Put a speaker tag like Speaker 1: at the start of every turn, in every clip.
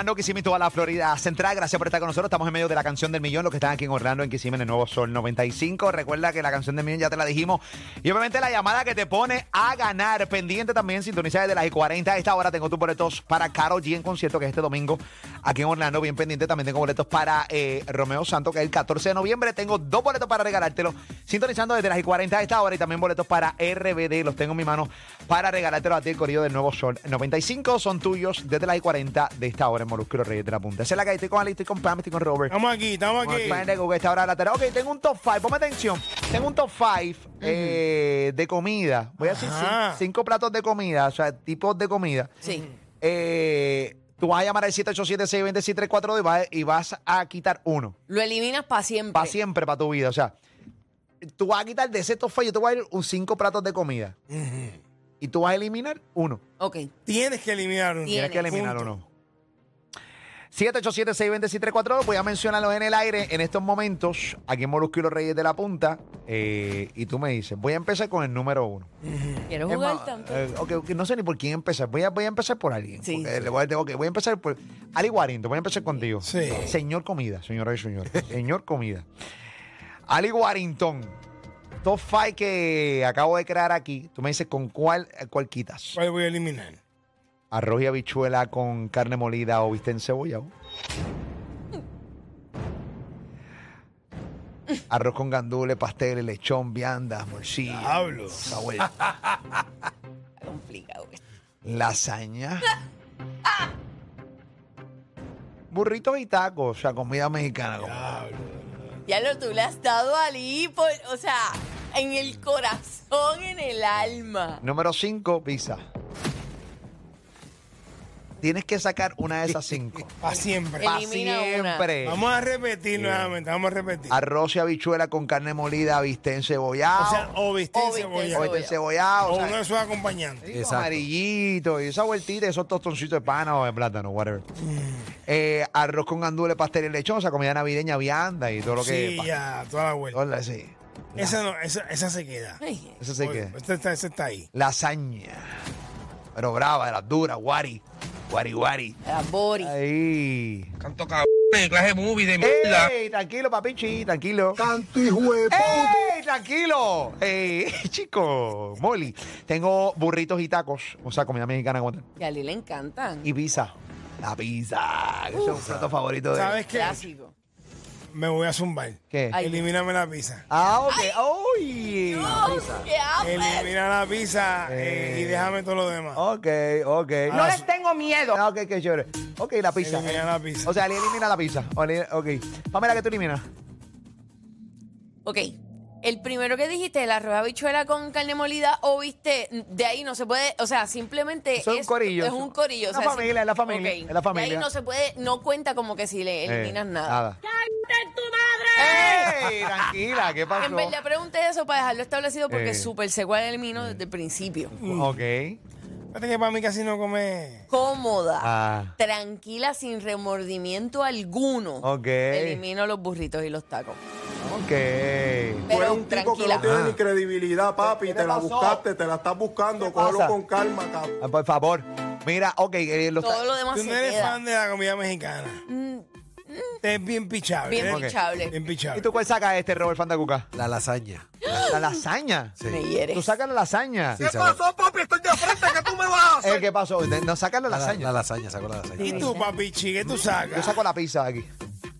Speaker 1: Orlando, Kissimmee, toda la Florida Central. Gracias por estar con nosotros. Estamos en medio de la canción del millón. Los que están aquí en Orlando, en Kissimmee, en el Nuevo Sol 95. Recuerda que la canción del millón ya te la dijimos. Y obviamente la llamada que te pone a ganar. Pendiente también, sintoniza desde las y 40. A esta hora tengo tus boletos para Karol G en concierto, que es este domingo aquí en Orlando. Bien pendiente. También tengo boletos para eh, Romeo Santo, que es el 14 de noviembre. Tengo dos boletos para regalártelo. Sintonizando desde las y 40 a esta hora. Y también boletos para RBD. Los tengo en mi mano para regalártelo a ti, el corillo del Nuevo Sol 95. Son tuyos desde las y 40 de esta hora en Molusco y los Reyes de la Punta. Esa es la que hay. estoy con Ali, estoy con Pam, estoy con Robert.
Speaker 2: Estamos aquí, estamos
Speaker 1: Vamos
Speaker 2: aquí.
Speaker 1: al panel de Google, esta hora de la tarea. Ok, tengo un top 5, ponme atención. Tengo un top 5 de comida. Voy a decir
Speaker 2: Ajá.
Speaker 1: cin- cinco platos de comida, o sea, tipos de comida.
Speaker 3: Sí.
Speaker 1: Eh, tú vas a llamar al 787-620-634 y vas, y vas a quitar uno.
Speaker 3: Lo eliminas para siempre.
Speaker 1: Para siempre, para tu vida. O sea, tú vas a quitar de ese top 5, yo te voy a ir un cinco platos de comida. Y tú vas a eliminar uno.
Speaker 3: Ok.
Speaker 2: Tienes que eliminar uno.
Speaker 3: Tienes
Speaker 1: Tienes que eliminar
Speaker 2: Punto.
Speaker 1: uno. 787-620-6342. Voy a mencionarlos en el aire en estos momentos. Aquí en Molusco y los Reyes de la Punta. eh, y tú me dices, voy a empezar con el número uno.
Speaker 3: ¿Quieres
Speaker 1: Es
Speaker 3: jugar
Speaker 1: más,
Speaker 3: tanto?
Speaker 1: eh, ok, ok, no sé ni por quién empezar. Voy a, voy a empezar por alguien.
Speaker 3: Sí,
Speaker 1: porque le voy, a, ok, voy a empezar por. Ali Guarindo, voy a empezar contigo.
Speaker 2: Sí.
Speaker 1: Señor Comida, señora y señor. señor Comida. Ali Guarintón. Top 5 que acabo de crear aquí. Tú me dices con cuál, cuál quitas.
Speaker 2: ¿Cuál voy a eliminar?
Speaker 1: Arroz y habichuela con carne molida o bistec cebollado. Arroz con gandules, pasteles, lechón, viandas, morcilla,
Speaker 2: Pablo.
Speaker 1: sabor,
Speaker 3: Está complicado esto.
Speaker 1: lasaña. Burritos y tacos, o sea, comida mexicana. como-
Speaker 3: Ya lo tú le has dado al hipo, o sea, en el corazón, en el alma.
Speaker 1: Número 5, pizza. Tienes que sacar una de esas cinco.
Speaker 2: Para siempre.
Speaker 3: Pa-
Speaker 1: Para
Speaker 3: Elimina una.
Speaker 1: siempre.
Speaker 2: Vamos a repetir nuevamente, vamos a repetir.
Speaker 1: Arroz y habichuela con carne molida, bistec cebollado.
Speaker 2: o sea, o viste
Speaker 3: O
Speaker 2: o
Speaker 3: viste
Speaker 2: cebolla.
Speaker 1: O
Speaker 3: cebolla.
Speaker 1: este cebollado,
Speaker 2: O
Speaker 1: o sea,
Speaker 2: uno de sus acompañantes.
Speaker 1: rico amarillito y esa vueltita y esos tostoncitos de pana o de plátano, whatever.
Speaker 2: Mm.
Speaker 1: Eh, arroz con gandules, pastel y lechón, o sea, comida navideña, vianda y todo lo que...
Speaker 2: Sí,
Speaker 1: pa-
Speaker 2: ya, toda la vuelta.
Speaker 1: todo lo- sí.
Speaker 2: Esa pues. no, esa, esa se queda.
Speaker 3: Ay,
Speaker 1: Eso sí
Speaker 2: O-
Speaker 1: que...
Speaker 2: Esta, está- esa está ahí.
Speaker 1: Lasaña. Pero brava, de las duras, guari. Guari, guari.
Speaker 3: la Bori.
Speaker 1: Ahí.
Speaker 4: Tanto cabrón, clase movie de mierda.
Speaker 1: ¡Ey! Tranquilo, papichi, tranquilo.
Speaker 5: Tanto hijo de
Speaker 1: ¡Ey! Tranquilo. ¡Ey! Chico, Molly. Tengo burritos y tacos, o sea, comida mexicana como tal.
Speaker 3: Y a Lee le encantan.
Speaker 1: Y pizza. La pizza. que ese es un plato favorito de...
Speaker 2: ¿Sabes qué?
Speaker 3: Clásico.
Speaker 2: Me voy a zumbar.
Speaker 1: ¿Qué?
Speaker 3: Ay.
Speaker 2: Elimíname la pizza.
Speaker 1: Ah, ok. ¡Uy!
Speaker 3: ¡Oh, qué hambre!
Speaker 2: Elimina la pizza eh, y déjame todo lo demás.
Speaker 1: Ok, ok.
Speaker 5: Ah,
Speaker 2: No les
Speaker 1: tengo miedo. Ok, qué chévere. Ok, la pizza.
Speaker 2: Elimina la pizza.
Speaker 1: O sea, él elimina la pizza. O le- Ok. Pamela, ¿qué tú eliminas?
Speaker 3: Ok. El primero que dijiste, el arroz de habichuela con carne molida o viste, de ahí no se puede, o sea, simplemente
Speaker 1: Eso es un corillo.
Speaker 3: Es un corillo. o
Speaker 1: Una
Speaker 3: sea,
Speaker 1: familia,
Speaker 3: sí.
Speaker 1: es la familia,
Speaker 3: Ok.
Speaker 1: es la familia.
Speaker 3: De ahí no se puede, no cuenta como que si le eliminas
Speaker 1: Eh,
Speaker 3: nada.
Speaker 1: Nada. ¡Ey! Tranquila, ¿qué pasó?
Speaker 3: En verdad pregunté eso para dejarlo establecido porque
Speaker 1: Eh. Mm.
Speaker 3: súper se cuál elimino desde el principio.
Speaker 1: Ok.
Speaker 2: Fíjate que para mí casi no come.
Speaker 3: Cómoda,
Speaker 1: Ah.
Speaker 3: tranquila, sin remordimiento alguno.
Speaker 1: Ok.
Speaker 3: Elimino los burritos y los tacos.
Speaker 1: Ok.
Speaker 5: Tú eres
Speaker 3: Pero
Speaker 5: un tipo que
Speaker 3: tranquila.
Speaker 5: no
Speaker 1: Ah.
Speaker 5: tiene ni credibilidad, papi.
Speaker 1: ¿Qué
Speaker 5: Te,
Speaker 1: te
Speaker 5: la
Speaker 1: pasó?
Speaker 5: buscaste, te la estás buscando.
Speaker 1: ¿Qué
Speaker 5: Cógelo
Speaker 1: pasa?
Speaker 5: con calma, cabrón.
Speaker 1: Ah, Por favor. Mira, ok. eh, los
Speaker 3: Todo lo demás
Speaker 2: Tú
Speaker 3: se
Speaker 2: no eres
Speaker 3: queda. Mm,
Speaker 2: fan de la comida mexicana. Te es bien pichable.
Speaker 3: Bien
Speaker 2: ¿eh?
Speaker 3: pichable.
Speaker 2: Bien pichable.
Speaker 1: ¿Y tú cuál sacas este, Robert Fandacuca?
Speaker 6: La lasaña.
Speaker 1: La lasaña.
Speaker 3: Me hieres.
Speaker 1: Tú sacas la lasaña.
Speaker 6: Sí, se acuerda.
Speaker 5: papi? Estoy de frente, ¿qué tú me vas a
Speaker 1: Eh, ¿Qué pasó? No sacas la
Speaker 6: La, la,
Speaker 1: lasaña.
Speaker 6: lasaña, sacó la lasaña.
Speaker 2: ¿Y tú, papi chi, ¿Qué tú
Speaker 1: Yo
Speaker 2: sacas?
Speaker 1: saco la pizza de aquí.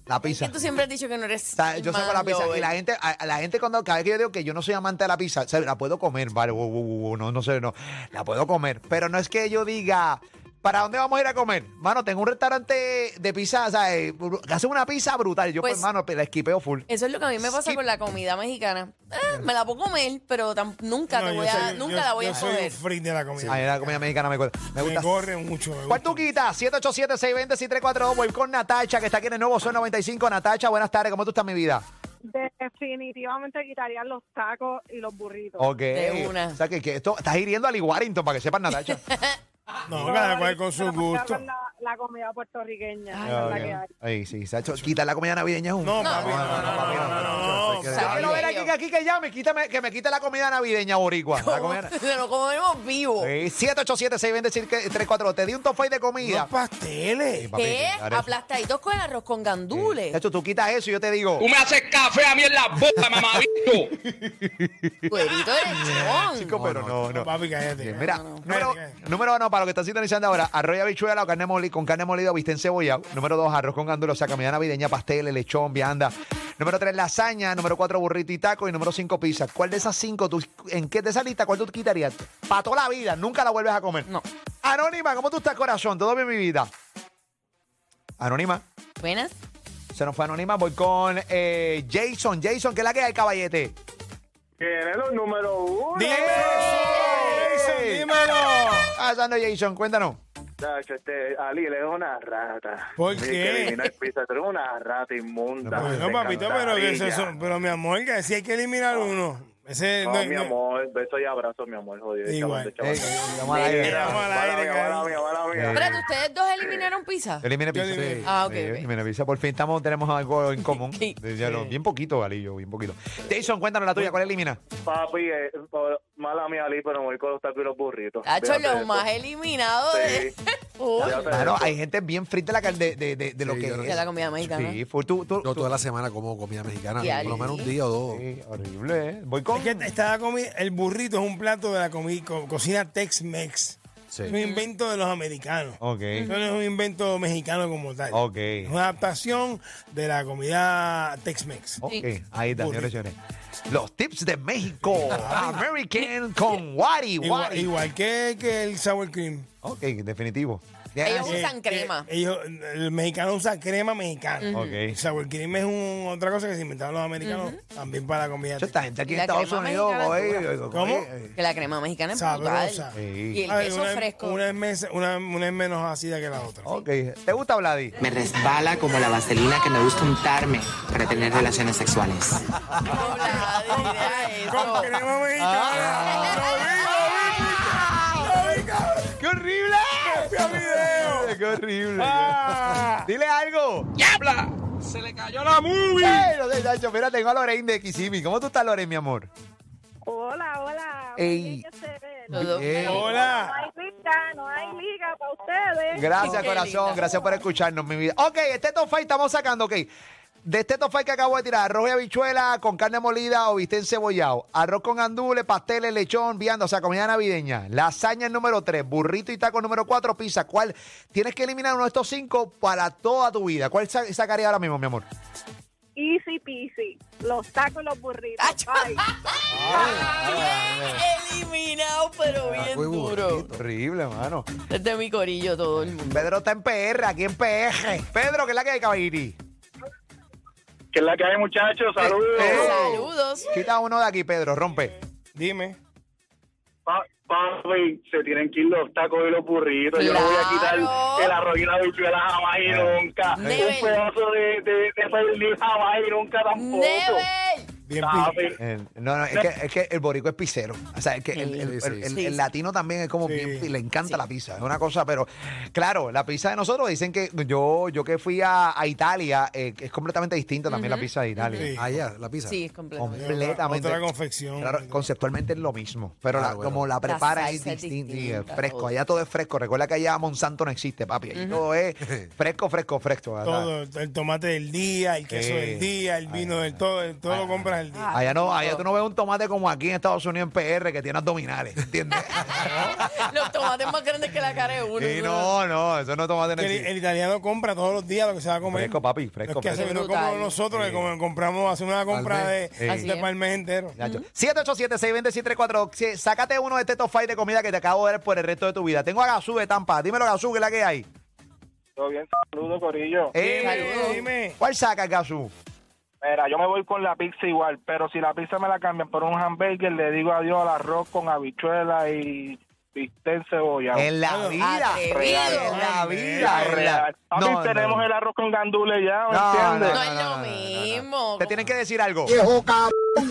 Speaker 1: La pizza.
Speaker 3: Que tú siempre has dicho que no eres.
Speaker 1: O sea, yo saco la
Speaker 3: fan,
Speaker 1: pizza y
Speaker 3: Joel.
Speaker 1: la gente, a, a la gente cuando cada vez que yo digo que yo no soy amante de la pizza, se la puedo comer, vale, wow, wow, wow, wow, no, no sé, no, la puedo comer, pero no es que yo diga, ¿para dónde vamos a ir a comer? Mano, tengo un restaurante de pizza, o sea, eh, bru- que hace una pizza brutal, yo pues,
Speaker 3: Pues-
Speaker 1: mano, la esquipeo full.
Speaker 3: Eso es lo que a mí me pasa
Speaker 1: Skip.
Speaker 3: con la comida mexicana. Ah, me la puedo comer, pero tam- nunca,
Speaker 2: No,
Speaker 3: te
Speaker 2: yo
Speaker 3: voy a,
Speaker 2: soy-
Speaker 3: nunca
Speaker 2: yo-
Speaker 3: la voy a
Speaker 2: yo soy un
Speaker 3: escoger.
Speaker 2: freak de la comida.
Speaker 1: Ay, la comida mexicana me gusta. Me
Speaker 2: me
Speaker 1: gusta.
Speaker 2: corre mucho. me
Speaker 1: ¿Cuál
Speaker 2: gusta.
Speaker 1: tú quitas? 787-620-6342, voy con Natacha, que está aquí en el Nuevo Sol 95. Natacha, buenas tardes, ¿cómo tú estás, mi vida?
Speaker 7: Definitivamente quitaría los tacos y los burritos.
Speaker 1: Ok.
Speaker 3: De una.
Speaker 1: O sea, que, que esto, estás hiriendo a Lee Warrington, para que sepan, Natacha.
Speaker 2: No, cada cual con su
Speaker 7: Pero
Speaker 2: gusto.
Speaker 7: con la- la comida puertorriqueña.
Speaker 3: Ay,
Speaker 7: esa es la
Speaker 1: Ok.
Speaker 7: que hay.
Speaker 1: Ay, sí, Sacho, quitar la comida navideña es un...
Speaker 2: No,
Speaker 3: No,
Speaker 2: papi, no, no, no,
Speaker 1: papi,
Speaker 2: no, no, no,
Speaker 1: hay
Speaker 2: no.
Speaker 1: que-
Speaker 3: Sacho,
Speaker 1: Yo quiero ver aquí, que aquí que llame, quítame, que me quite la comida navideña, boricua. La comida...
Speaker 3: Se lo comemos vivo.
Speaker 1: Sí, 787-620-342. Te di un top five de comida.
Speaker 2: Unos pasteles.
Speaker 1: papi,
Speaker 3: ¿Qué?
Speaker 1: claro, eso.
Speaker 3: Aplastaditos con arroz con gandules.
Speaker 1: Sacho, tú quitas eso y yo te digo...
Speaker 4: Tú me haces café a mí en la boca, mamabito.
Speaker 3: Cuerito de lechón.
Speaker 1: Chico, pero no, no.
Speaker 2: Papi, cállate.
Speaker 1: Bien, mira,
Speaker 2: No, no, no.
Speaker 1: número,
Speaker 2: Cállate, cállate.
Speaker 1: número uno, para lo que están sintonizando ahora, arroyo habichuela o carne moli, con carne molida o bistec cebollado. Número dos, arroz con gandulo, o sea, comida navideña, pasteles, lechón, vianda. Número tres, lasaña. Número cuatro, burrito y taco. Y número cinco, pizza. ¿Cuál de esas cinco, tú, en qué de esa lista, cuál tú quitarías? Para toda la vida, nunca la vuelves a comer.
Speaker 3: No.
Speaker 1: Anónima, ¿cómo tú estás, corazón? Todo bien, mi vida. Anónima.
Speaker 3: Buenas.
Speaker 1: Se nos fue Anónima. Voy con eh, Jason. Jason, ¿qué es la que hay, caballete?
Speaker 5: Quiero el número uno.
Speaker 2: Dímelo,
Speaker 1: ¡Eh!
Speaker 2: Jason, dímelo.
Speaker 1: Ah, Sando Jason, cuéntanos.
Speaker 5: Chacho, este, Ali, él es una rata.
Speaker 2: ¿Por
Speaker 5: Ni
Speaker 2: qué?
Speaker 5: que eliminar pizza, tú eres una rata inmunda.
Speaker 2: Bueno,
Speaker 5: de
Speaker 2: papito, pero que eso,
Speaker 5: cantarilla.
Speaker 2: eso- pero mi amor, que si hay que eliminar uno. Ese
Speaker 5: No,
Speaker 2: no-
Speaker 5: mi
Speaker 2: no-
Speaker 5: amor, besos y abrazos, mi amor, jodido.
Speaker 2: Igual.
Speaker 5: chaval,
Speaker 1: Eh,
Speaker 5: chaval.
Speaker 1: vamos al aire.
Speaker 2: Mira, vamos al
Speaker 5: Mala
Speaker 2: aire,
Speaker 5: mía,
Speaker 2: cariño.
Speaker 5: mala mía, mala mía.
Speaker 3: Espérate, ¿ustedes dos eliminaron pizza?
Speaker 1: Elimine
Speaker 2: Yo
Speaker 1: pizza.
Speaker 2: eliminé pizza.
Speaker 3: Ah, ok,
Speaker 1: Sí,
Speaker 3: ok.
Speaker 1: elimine pizza. Por fin estamos, tenemos algo en común.
Speaker 3: Sí.
Speaker 1: Ya lo- bien poquito, Galillo, bien poquito. Jason, cuéntanos la tuya, ¿cuál elimina?
Speaker 5: Papi, eh, por- mala mía, Ali, pero me voy con los tacos y los burritos.
Speaker 3: Tacho,
Speaker 5: Fíjate
Speaker 3: los
Speaker 5: eso.
Speaker 3: más eliminados de...
Speaker 5: Sí.
Speaker 3: Uy,
Speaker 5: Fíjate
Speaker 1: Claro,
Speaker 5: eso.
Speaker 1: hay gente bien frita de, la cal- de, de, de, de lo
Speaker 6: Sí,
Speaker 1: que
Speaker 6: yo
Speaker 1: es.
Speaker 6: creo
Speaker 3: de la comida mexicana.
Speaker 1: Sí, fue tú, tú,
Speaker 6: Yo
Speaker 1: tú-
Speaker 6: toda la semana como comida mexicana,
Speaker 3: Ya,
Speaker 6: por lo menos
Speaker 3: sí.
Speaker 6: un día o dos.
Speaker 1: Sí, horrible, ¿eh? Voy con...
Speaker 2: Es que está comi- el burrito es un plato de la comi- co- cocina Tex-Mex.
Speaker 6: Sí.
Speaker 2: Es un invento de los americanos.
Speaker 1: Ok.
Speaker 2: Eso no es un invento mexicano como tal.
Speaker 1: Ok.
Speaker 2: Es una adaptación de la comida Tex-Mex.
Speaker 1: Ok,
Speaker 3: Sí.
Speaker 1: ahí está,
Speaker 2: Burrito.
Speaker 1: señores, señores. Los tips de México. American con Wari,
Speaker 2: Igual,
Speaker 1: Wari.
Speaker 2: igual que, que el sour cream.
Speaker 1: Ok, definitivo.
Speaker 3: Ellos
Speaker 2: Eh,
Speaker 3: usan crema.
Speaker 2: eh, ellos, el mexicano usa crema mexicana.
Speaker 1: Ujú. Ok.
Speaker 2: El sour cream es un- otra cosa que se inventaron los americanos también para la comida.
Speaker 1: Yo, esta gente aquí en
Speaker 3: La
Speaker 1: Estados
Speaker 3: crema
Speaker 1: Unidos...
Speaker 3: mexicana
Speaker 1: oye,
Speaker 3: dura.
Speaker 1: oye, oye,
Speaker 2: ¿Cómo?
Speaker 1: oye.
Speaker 3: Que la crema mexicana es
Speaker 2: Sabrosa.
Speaker 3: brutal.
Speaker 1: Sí.
Speaker 3: Y el
Speaker 2: Ay,
Speaker 3: queso
Speaker 2: una, es-
Speaker 3: fresco.
Speaker 2: Una es, mes- una- una es menos ácida que la otra.
Speaker 1: Ok, ¿te gusta, Vladi?
Speaker 8: Me resbala como la vaselina que me gusta untarme para tener relaciones sexuales.
Speaker 3: No, Vladi, mira eso.
Speaker 2: Con crema
Speaker 4: Ah.
Speaker 2: mexicana.
Speaker 1: ¡Qué horrible!
Speaker 2: video!
Speaker 1: ¡Qué horrible!
Speaker 2: Ah.
Speaker 1: Dile algo.
Speaker 4: ¡Diabla! Se le cayó la movie.
Speaker 1: Ey, no sé, Chacho, mira, tengo a Lorraine de Kisimi. ¿Cómo tú estás, Lorraine, mi amor?
Speaker 7: Hola, hola.
Speaker 1: Ey.
Speaker 7: Oye, que se ve.
Speaker 3: Todo
Speaker 1: Bien.
Speaker 3: bien.
Speaker 7: No
Speaker 2: Hola.
Speaker 7: hay liga, no hay liga para ustedes.
Speaker 1: Gracias,
Speaker 3: Qué
Speaker 1: corazón.
Speaker 3: linda.
Speaker 1: Gracias por escucharnos, mi vida. Ok, este top five estamos sacando, ok. De este top five que acabo de tirar, arroz y habichuela con carne molida o bistec cebollado, arroz con andule, pasteles, lechón, vianda, o sea, comida navideña, lasaña el número 3, burrito y taco número 4, pizza. ¿Cuál? Tienes que eliminar uno de estos cinco para toda tu vida. ¿Cuál sa- sacaría ahora mismo, mi amor?
Speaker 7: Easy peasy. Los tacos y los burritos.
Speaker 3: Tacho.
Speaker 7: Ay.
Speaker 3: Bien eliminado, pero
Speaker 1: Ah,
Speaker 3: bien
Speaker 6: Taco y
Speaker 3: duro.
Speaker 6: burrito.
Speaker 1: Horrible, mano.
Speaker 3: Este es mi corillo, todo el mundo.
Speaker 1: Pedro está en PR, aquí en PR. Pedro, ¿qué es la que hay, caballito?
Speaker 5: Que es la que hay, muchachos. Saludos.
Speaker 1: Eh,
Speaker 3: Saludos.
Speaker 1: Quita uno de aquí, Pedro, rompe.
Speaker 2: Dime.
Speaker 5: Pa- Papi, se tienen que ir los tacos y los burritos. Yo no voy a
Speaker 3: Claro.
Speaker 5: quitar el arroz y la habichuela jamás y nunca.
Speaker 3: Never.
Speaker 5: Un pedazo de, de, de pernil jamás y nunca tampoco.
Speaker 3: Never.
Speaker 2: Bien pi-
Speaker 5: Papi,
Speaker 1: Eh, no, no, es que, es que el borico es pisero. O sea, es que el, el-
Speaker 6: Sí, sí,
Speaker 1: el- el-
Speaker 3: sí.
Speaker 1: el latino también es como
Speaker 2: Sí.
Speaker 1: bien, pi- le encanta la pizza. Es una cosa, pero claro, la pizza de nosotros dicen que yo, yo que fui a, a Italia, eh, es completamente distinta también la pizza de Italia. Ah,
Speaker 2: Sí.
Speaker 6: Allá, Ah, la pizza.
Speaker 3: Sí, es completamente.
Speaker 1: Completamente.
Speaker 2: Otra confección.
Speaker 1: Claro, conceptualmente es lo mismo, pero
Speaker 6: Ah,
Speaker 1: la-
Speaker 6: bueno.
Speaker 1: como la
Speaker 3: La
Speaker 1: preparan es
Speaker 3: salsa es
Speaker 1: distinta y es
Speaker 3: distinta,
Speaker 1: fresco.
Speaker 3: todo.
Speaker 1: Allá todo es fresco. Recuerda que allá Monsanto no existe, papi. Allí todo es fresco, fresco, fresco. ¿verdad?
Speaker 2: Todo, el tomate del día, el queso
Speaker 1: Eh.
Speaker 2: del día, el vino del todo, el- todo lo compras del
Speaker 3: Ah,
Speaker 2: día.
Speaker 1: Allá no, allá tú no ves un tomate como aquí en Estados Unidos en PR que tiene abdominales, ¿entiendes?
Speaker 3: Los tomates más grandes que la cara de uno.
Speaker 1: Sí,
Speaker 3: eso
Speaker 1: no, no, eso no es tomate no
Speaker 2: El,
Speaker 1: existe.
Speaker 2: el italiano compra todos los días lo que se va a comer.
Speaker 1: Fresco, papi,
Speaker 2: No es
Speaker 1: fresco.
Speaker 2: que hace-
Speaker 1: fresco.
Speaker 2: no
Speaker 3: Brutal.
Speaker 2: como nosotros, que como compramos, hacemos una compra de,
Speaker 6: Palmés.
Speaker 1: Eh.
Speaker 2: de
Speaker 3: Así es.
Speaker 2: palmés entero.
Speaker 3: Mm.
Speaker 1: Nacho. 787-620-134. Sí, Sácate uno de estos top five de comida que te acabo de dar por el resto de tu vida. Tengo a Gazú de Tampa. Dímelo, Gazú, ¿qué es la que hay?
Speaker 5: todo bien, saludos, Corillo.
Speaker 1: Eh,
Speaker 3: Saludos.
Speaker 2: Dime.
Speaker 1: ¿Cuál sacas, Gazú?
Speaker 5: Mira, yo me voy con la pizza igual, pero si la pizza me la cambian por un hamburger, le digo adiós al arroz con habichuela y bistec encebollado.
Speaker 1: En la
Speaker 2: Claro.
Speaker 1: vida.
Speaker 3: Atrevido.
Speaker 1: En la vida. en la-
Speaker 5: Real. Papi,
Speaker 1: No, no,
Speaker 5: tenemos el arroz con gandules ya, ¿me
Speaker 1: No,
Speaker 5: entiendes?
Speaker 3: No es
Speaker 1: no,
Speaker 3: lo
Speaker 1: no, no, no.
Speaker 3: mismo.
Speaker 1: Te tienen que decir algo.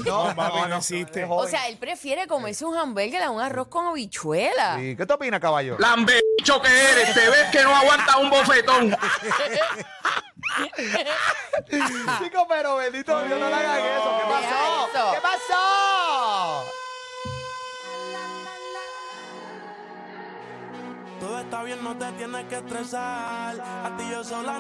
Speaker 2: No, papi, no existe.
Speaker 1: no,
Speaker 3: O sea, él prefiere comerse un hamburger a un arroz con habichuela.
Speaker 1: Sí, ¿Qué te opinas, caballo?
Speaker 4: Lambecho que eres, te ves que no aguantas un bofetón.
Speaker 1: Chico, pero bendito Dios, no le hagan eso. ¿Qué pasó?
Speaker 3: Mira eso.
Speaker 1: ¿Qué pasó?
Speaker 6: Todo está bien, no te tienes que estresar. A ti yo sola